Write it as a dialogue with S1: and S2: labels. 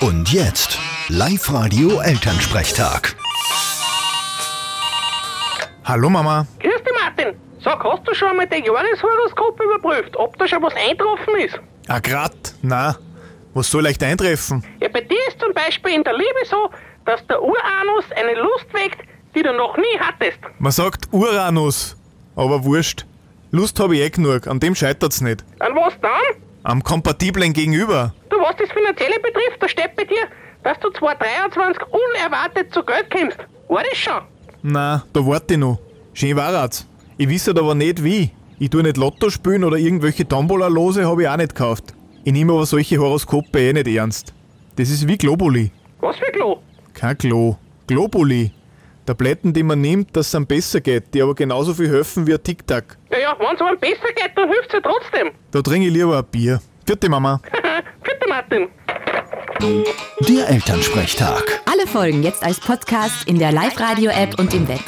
S1: Und jetzt, Live-Radio Elternsprechtag.
S2: Hallo Mama.
S3: Grüß dich, Martin. Sag, hast du schon einmal dein Jahreshoroskop überprüft, ob da schon was eintroffen ist?
S2: Ah, grad. Na, was soll euch da eintreffen?
S3: Ja, bei dir ist zum Beispiel in der Liebe so, dass der Uranus eine Lust weckt, die du noch nie hattest.
S2: Man sagt Uranus. Aber wurscht. Lust habe ich eh genug, an dem scheitert's nicht.
S3: An was dann?
S2: Am kompatiblen Gegenüber.
S3: Du, was das Finanzielle betrifft, da steht bei dir, dass du 2023 unerwartet zu Geld kommst. War das schon?
S2: Na, da warte ich noch. Schön war's. Ich wisse halt aber nicht wie. Ich tu nicht Lotto spielen oder irgendwelche Tombola-Lose habe ich auch nicht gekauft. Ich nehme aber solche Horoskope eh nicht ernst. Das ist wie Globuli.
S3: Was für Klo?
S2: Kein Klo. Globuli. Tabletten, die man nimmt, dass es einem besser geht, die aber genauso viel helfen wie ein Tic-Tac.
S3: Naja, wenn es einem besser geht, dann hilft's ja trotzdem.
S2: Da trinke ich lieber ein Bier. Vierte Mama.
S3: Bitte, Martin.
S1: Der Elternsprechtag.
S4: Alle Folgen jetzt als Podcast in der Live-Radio-App und im Web.